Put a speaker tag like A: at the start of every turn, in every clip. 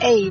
A: e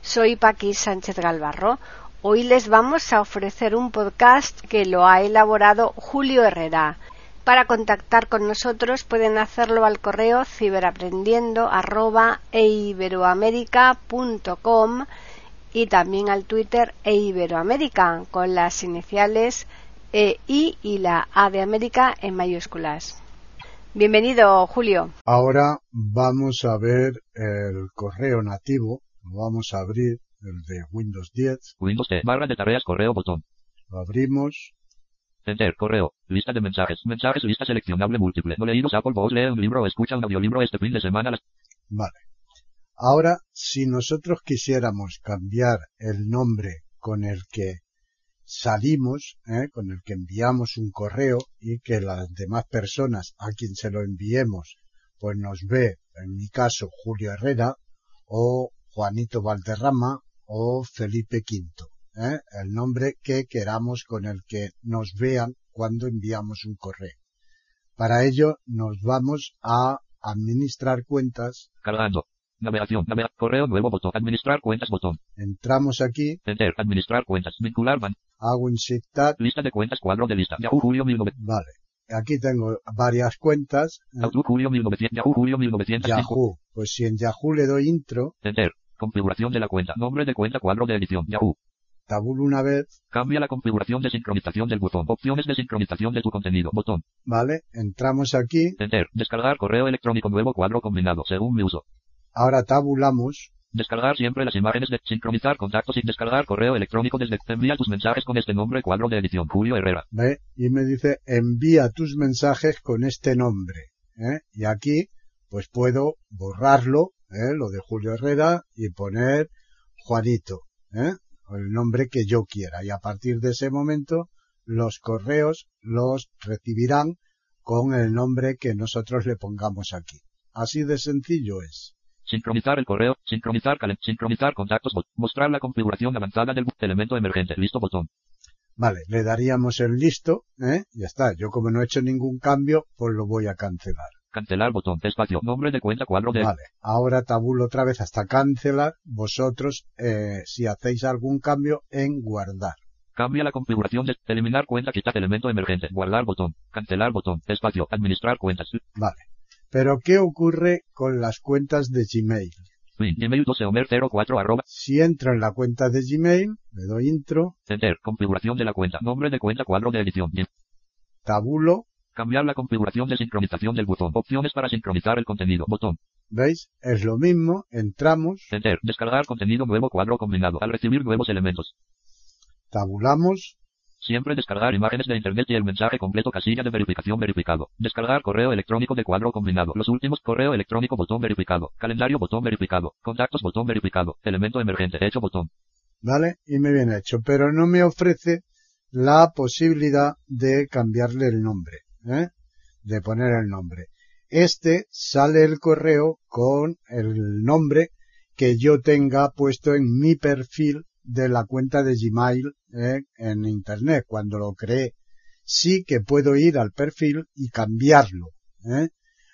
A: Soy Paqui Sánchez Galvarro. Hoy les vamos a ofrecer un podcast que lo ha elaborado Julio Herrera. Para contactar con nosotros pueden hacerlo al correo e ciberaprendiendo@eiberoamerica.com y también al Twitter eiberoamerica con las iniciales e I y la A de América en mayúsculas. Bienvenido, Julio.
B: Ahora vamos a ver el correo nativo. Vamos a abrir el de Windows 10.
C: Windows 10, barra de tareas, correo, botón.
B: Lo abrimos.
C: Enter, correo, lista de mensajes, mensajes, lista seleccionable múltiple. No leídos, Apple Voz, lee un libro, escucha un audiolibro este fin de semana. las-
B: Vale. Ahora, si nosotros quisiéramos cambiar el nombre con el que salimos, ¿eh? con el que enviamos un correo y que las demás personas a quien se lo enviemos, pues nos ve, en mi caso, Julio Herrera o Juanito Valderrama o Felipe V. ¿eh? El nombre que queramos con el que nos vean cuando enviamos un correo. Para ello nos vamos a administrar cuentas
C: Cargando. Navegación, navega, correo nuevo, botón. Administrar cuentas, botón.
B: Entramos aquí,
C: Enter, administrar cuentas, vincular, ban-
B: hago un shift tab,
C: lista de cuentas, cuadro de lista. Yahoo, julio 1900.
B: vale. Aquí tengo varias cuentas. eh,
C: Outlook, julio 1900. Yahoo, julio 1900.
B: Yahoo. Pues si en Yahoo le doy intro,
C: Enter, configuración de la cuenta, nombre de cuenta, cuadro de edición. Yahoo.
B: tabulo una vez,
C: Cambia la configuración de sincronización del buzón. Opciones de sincronización de tu contenido. Botón.
B: ¿vale? Entramos aquí,
C: Enter. Descargar correo electrónico nuevo cuadro combinado. Según mi uso.
B: ahora tabulamos,
C: Descargar siempre las imágenes de sincronizar contactos y descargar correo electrónico desde envía tus mensajes con este nombre cuadro de edición Julio Herrera.
B: ¿ve? Y me dice, envía tus mensajes con este nombre, ¿eh? Y aquí, pues puedo borrarlo, ¿eh? Lo de Julio Herrera y poner Juanito, ¿eh? O El nombre que yo quiera. Y a partir de ese momento, los correos los recibirán con el nombre que nosotros le pongamos aquí. Así de sencillo es.
C: Sincronizar el correo, sincronizar calen- sincronizar contactos, bot- mostrar la configuración avanzada del bu- elemento emergente, listo botón.
B: Vale, le daríamos el listo, ¿eh? Ya está. Yo como no he hecho ningún cambio, pues lo voy a cancelar.
C: Cancelar botón, espacio, nombre de cuenta cuadro de
B: Vale, ahora tabulo otra vez hasta cancelar. Vosotros, eh, si hacéis algún cambio, en guardar.
C: Cambia la configuración de eliminar cuenta, quitar elemento emergente, guardar botón, cancelar botón, espacio, administrar cuentas,
B: Vale. Pero, ¿qué ocurre con las cuentas de Gmail?
C: Win, Gmail 12 Homer 04 arroba,
B: Si entro en la cuenta de Gmail, le doy intro,
C: enter, configuración de la cuenta, nombre de cuenta cuadro de edición, bien.
B: tabulo,
C: Cambiar la configuración de sincronización del buzón, opciones para sincronizar el contenido, botón.
B: ¿veis? Es lo mismo, entramos,
C: Enter. Descargar contenido nuevo cuadro combinado. Al recibir nuevos elementos.
B: tabulamos,
C: Siempre descargar imágenes de internet y el mensaje completo casilla de verificación verificado. Descargar correo electrónico de cuadro combinado. Los últimos correo electrónico botón verificado. Calendario botón verificado. Contactos botón verificado. Elemento emergente hecho botón.
B: ¿vale? Y me viene hecho, pero no me ofrece la posibilidad de cambiarle el nombre, ¿eh? De poner el nombre. Este sale el correo con el nombre que yo tenga puesto en mi perfil de la cuenta de Gmail ¿eh? en Internet cuando lo creé. Sí que puedo ir al perfil y cambiarlo, ¿eh?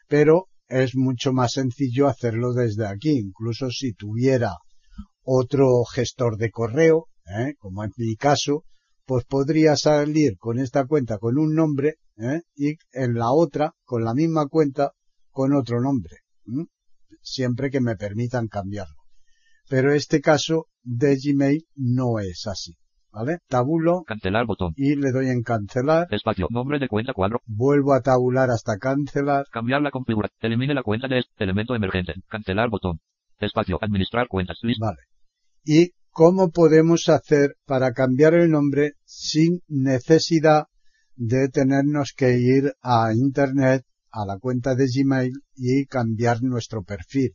B: pero es mucho más sencillo hacerlo desde aquí, incluso si tuviera otro gestor de correo, ¿eh? como en mi caso, pues podría salir con esta cuenta con un nombre ¿eh? y en la otra con la misma cuenta con otro nombre, ¿m? siempre que me permitan cambiarlo. Pero este caso de Gmail no es así, ¿vale? Tabulo
C: Cancelar botón.
B: y le doy en cancelar,
C: Espacio. Nombre de cuenta cuadro.
B: vuelvo a tabular hasta cancelar,
C: Cambiar la configuración. Elimine la cuenta de este elemento emergente. Cancelar botón. Espacio. Administrar cuentas. List.
B: vale. ¿Y cómo podemos hacer para cambiar el nombre sin necesidad de tenernos que ir a internet, a la cuenta de Gmail y cambiar nuestro perfil?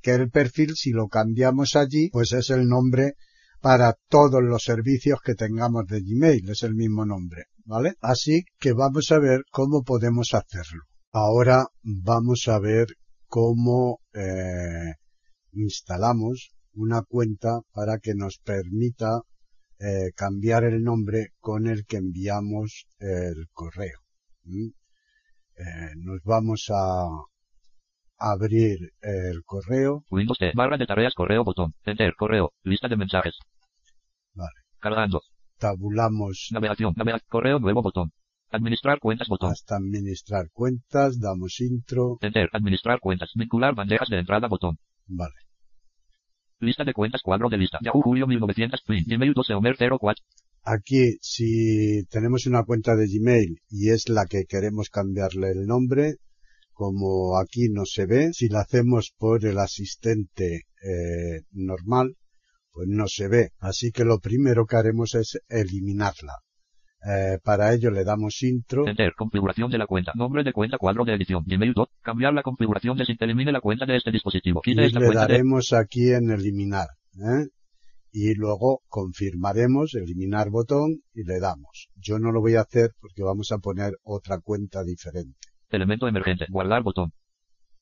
B: que el perfil, si lo cambiamos allí, pues es el nombre para todos los servicios que tengamos de Gmail, es el mismo nombre, ¿vale? Así que vamos a ver cómo podemos hacerlo. Ahora vamos a ver cómo eh, instalamos una cuenta para que nos permita eh, cambiar el nombre con el que enviamos el correo. ¿Mm? Eh, nos vamos a abrir el correo.
C: Windows T, barra de tareas, correo, botón, enter, correo, lista de mensajes.
B: Vale.
C: Cargando.
B: Tabulamos
C: Navegación, navegación, correo, nuevo botón. Administrar cuentas, botón.
B: hasta administrar cuentas, damos intro.
C: Enter, administrar cuentas, vincular bandejas de entrada, botón.
B: Vale.
C: Lista de cuentas, cuadro de lista. Yahoo, julio 1900, print, Gmail 12, Homer 04.
B: Aquí, si tenemos una cuenta de Gmail y es la que queremos cambiarle el nombre, como aquí no se ve, si la hacemos por el asistente eh, normal, pues no se ve. Así que lo primero que haremos es eliminarla. Eh, para ello le damos intro.
C: Enter, configuración de la cuenta. Nombre de cuenta, cuadro de edición. Gmail 2. Cambiar la configuración de Sint- Elimine la cuenta de este dispositivo.
B: y
C: Quita esta
B: le
C: cuenta de...
B: daremos aquí en eliminar ¿eh? y luego confirmaremos eliminar botón y le damos yo no lo voy a hacer porque vamos a poner otra cuenta diferente
C: Elemento emergente. Guardar botón.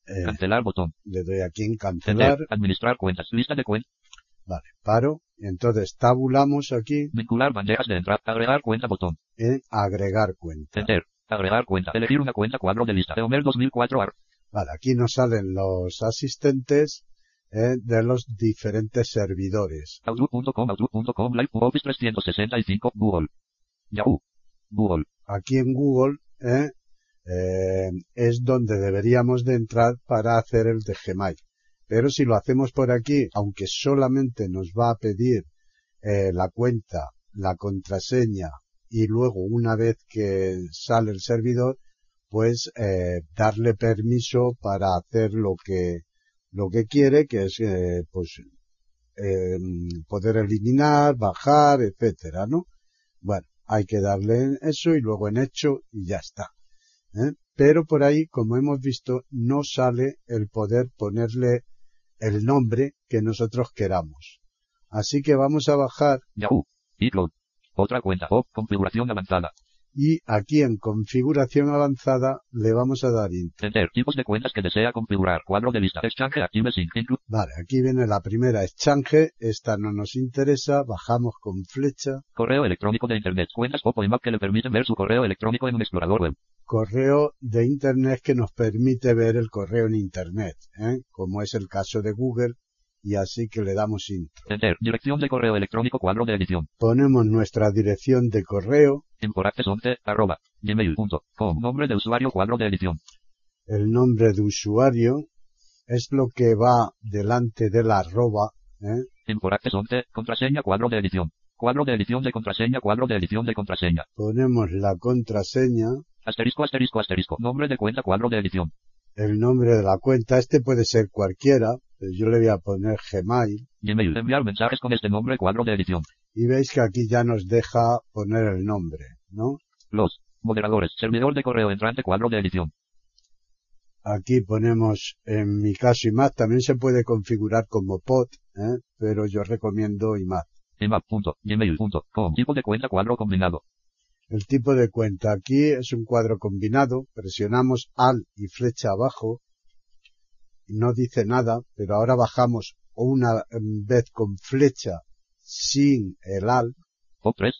B: Eh,
C: Cancelar botón.
B: le doy aquí en
C: Enter.
B: cancelar
C: Administrar cuentas. Lista de cuentas.
B: vale paro entonces tabulamos aquí
C: Vincular bandejas de entrada. Agregar cuenta botón.
B: en agregar cuenta
C: Enter. Agregar cuenta. Elegir una cuenta cuadro de lista. Homer 2004 ar.
B: vale aquí nos salen los asistentes ¿eh? de los diferentes servidores
C: Outlook.com. Outlook.com. Live. Office 365. Google. Yahoo. Google.
B: aquí en Google ¿eh? Eh, es donde deberíamos de entrar para hacer el de Gmail. Pero si lo hacemos por aquí, aunque solamente nos va a pedir eh, la cuenta, la contraseña y luego una vez que sale el servidor, pues eh, darle permiso para hacer lo que lo que quiere, que es eh, pues eh, poder eliminar, bajar, etcétera, ¿no? Bueno, hay que darle en eso y luego en hecho y ya está. ¿eh? Pero por ahí, como hemos visto, no sale el poder ponerle el nombre que nosotros queramos. Así que vamos a bajar
C: Yahoo. iCloud. Otra cuenta. Op. Configuración avanzada.
B: y aquí en configuración avanzada le vamos a dar intro.
C: Enter. Tipos de cuentas que desea configurar. Cuadro de lista. Exchange Active Sync. Include.
B: Vale, aquí viene la primera exchange, esta no nos interesa, bajamos con flecha,
C: Correo electrónico de Internet. Cuentas Pop o IMAP que le permiten ver su correo electrónico en un explorador web.
B: correo de internet que nos permite ver el correo en internet, ¿eh? como es el caso de Google, y así que le damos intro.
C: Enter. Dirección de correo electrónico. Cuadro de edición.
B: ponemos nuestra dirección de correo,
C: Temporates 11. Arroba. Gmail.com. Nombre de usuario. Cuadro de edición.
B: el nombre de usuario, es lo que va delante de la arroba, ¿eh?
C: Temporates 11. Contraseña. Cuadro de edición. Cuadro de edición de contraseña. Cuadro de edición de contraseña.
B: ponemos la contraseña,
C: Asterisco, asterisco, asterisco. Nombre de cuenta. Cuadro de edición.
B: el nombre de la cuenta, este puede ser cualquiera, pero yo le voy a poner Gmail,
C: Gmail. Enviar mensajes con este nombre. Cuadro de edición.
B: y veis que aquí ya nos deja poner el nombre, ¿no?
C: Los. Moderadores. Servidor de correo entrante. Cuadro de edición.
B: Aquí ponemos, en mi caso, IMAP, también se puede configurar como POT, ¿eh? pero yo recomiendo IMAP.
C: Emap.gmail.com. Tipo de cuenta. Cuadro combinado.
B: El tipo de cuenta aquí es un cuadro combinado, presionamos Alt y flecha abajo, no dice nada, pero ahora bajamos una vez con flecha sin el Alt,
C: Pop 3.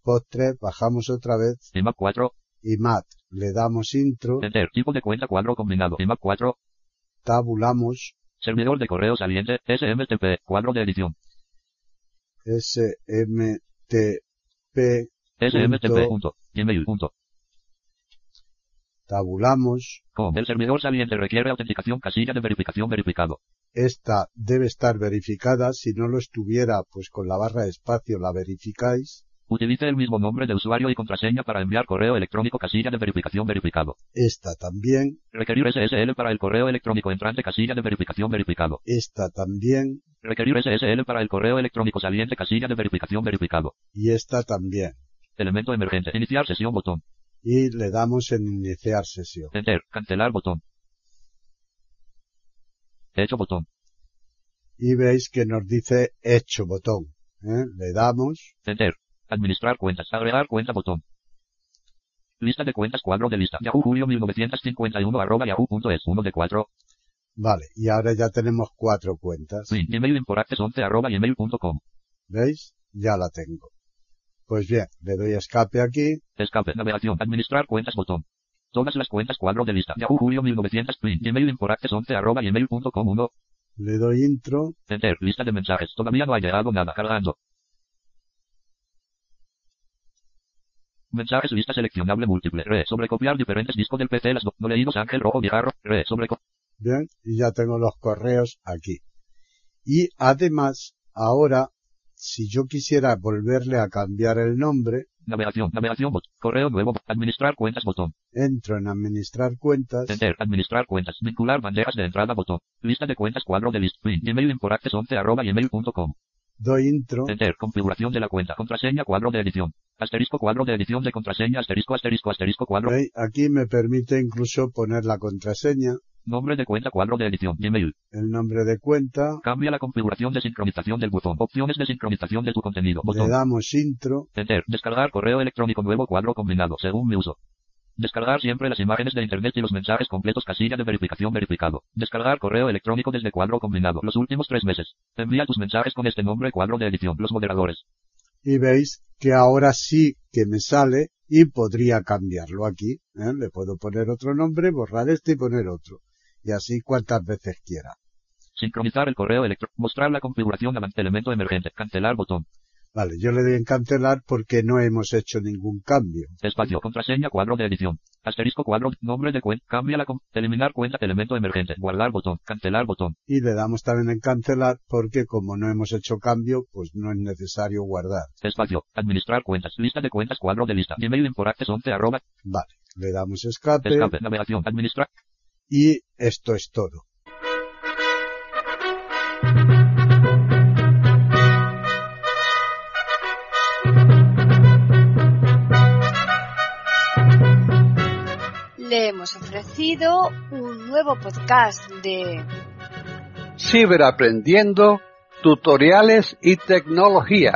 B: post 3, bajamos otra vez
C: Emap 4.
B: y MAT, le damos intro,
C: Enter. Tipo de cuenta. Cuadro combinado. Emap 4.
B: tabulamos
C: Servidor de correo saliente, SMTP, cuadro de edición,
B: SMTP,
C: smtp.gmail.com.
B: tabulamos,
C: El servidor saliente requiere autenticación casilla de verificación verificado.
B: esta debe estar verificada, si no lo estuviera, pues con la barra de espacio la verificáis,
C: Utilice el mismo nombre de usuario y contraseña para enviar correo electrónico casilla de verificación verificado.
B: esta también,
C: Requerir SSL para el correo electrónico entrante casilla de verificación verificado.
B: esta también
C: Requerir SSL para el correo electrónico saliente casilla de verificación verificado.
B: y esta también.
C: Elemento emergente. Iniciar sesión botón.
B: Y le damos en iniciar sesión.
C: Enter. Cancelar botón. Hecho botón.
B: y veis que nos dice hecho botón. ¿eh? Le damos.
C: Enter. Administrar cuentas. Agregar cuenta botón. Lista de cuentas cuadro de lista. Yahoo julio 1951 arroba yahoo.es 1 de 4.
B: Vale, y ahora ya tenemos cuatro cuentas.
C: Link email importaccess 11 arroba gmail.com.
B: ¿Veis? Ya la tengo. Pues bien, le doy escape aquí.
C: Escape. Navegación. Administrar cuentas botón. Todas las cuentas cuadro de lista. Yahoo julio 1900 print. Gmail importaccess 11 arroba gmail.com 1.
B: Le doy intro.
C: Enter. Lista de mensajes. Todavía no ha llegado nada. Cargando. Mensajes lista seleccionable múltiple. Re. Sobre copiar diferentes discos del PC. Las no, no leídos Ángel Rojo Guijarro. Re. Sobre co-
B: Bien, y ya tengo los correos aquí. Y además, ahora, si yo quisiera volverle a cambiar el nombre,
C: Navegación. Navegación bot. Correo nuevo. bot. Administrar cuentas botón.
B: entro en administrar cuentas,
C: Enter. Administrar cuentas. Vincular bandejas de entrada botón. Lista de cuentas cuadro de list. Print. Gmail importaccess 11 arroba gmail.com.
B: doy intro,
C: Enter. Configuración de la cuenta. Contraseña cuadro de edición. Asterisco cuadro de edición de contraseña. Asterisco asterisco asterisco cuadro.
B: ¿veis? aquí me permite incluso poner la contraseña,
C: Nombre de cuenta cuadro de edición. Gmail.
B: el nombre de cuenta,
C: Cambia la configuración de sincronización del buzón. Opciones de sincronización de tu contenido.
B: le
C: Botón.
B: damos intro,
C: Enter. Descargar correo electrónico nuevo cuadro combinado según mi uso. Descargar siempre las imágenes de internet y los mensajes completos casilla de verificación verificado. Descargar correo electrónico desde cuadro combinado los últimos tres meses. Envía tus mensajes con este nombre cuadro de edición. Los moderadores.
B: y veis que ahora sí que me sale y podría cambiarlo aquí, ¿eh? le puedo poner otro nombre, borrar este y poner otro, y así cuantas veces quiera.
C: Sincronizar el correo electrónico. Mostrar la configuración avance elemento emergente. Cancelar botón.
B: Vale, yo le doy en cancelar porque no hemos hecho ningún cambio.
C: Espacio. Contraseña cuadro de edición. Asterisco cuadro. Nombre de cuenta. Cambia la con- Eliminar cuenta elemento emergente. Guardar botón. Cancelar botón.
B: Y le damos también en cancelar porque como no hemos hecho cambio, pues no es necesario guardar.
C: Espacio. Administrar cuentas. Lista de cuentas cuadro de lista. Gmail importaccess 11 arroba.
B: Vale, le damos escape
C: Escape. Navegación. Administrar.
B: y esto es todo.
A: Le hemos ofrecido un nuevo podcast de
D: Ciberaprendiendo, tutoriales y tecnología.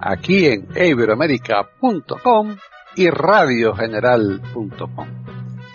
D: Aquí en iberoamérica.com y radiogeneral.com.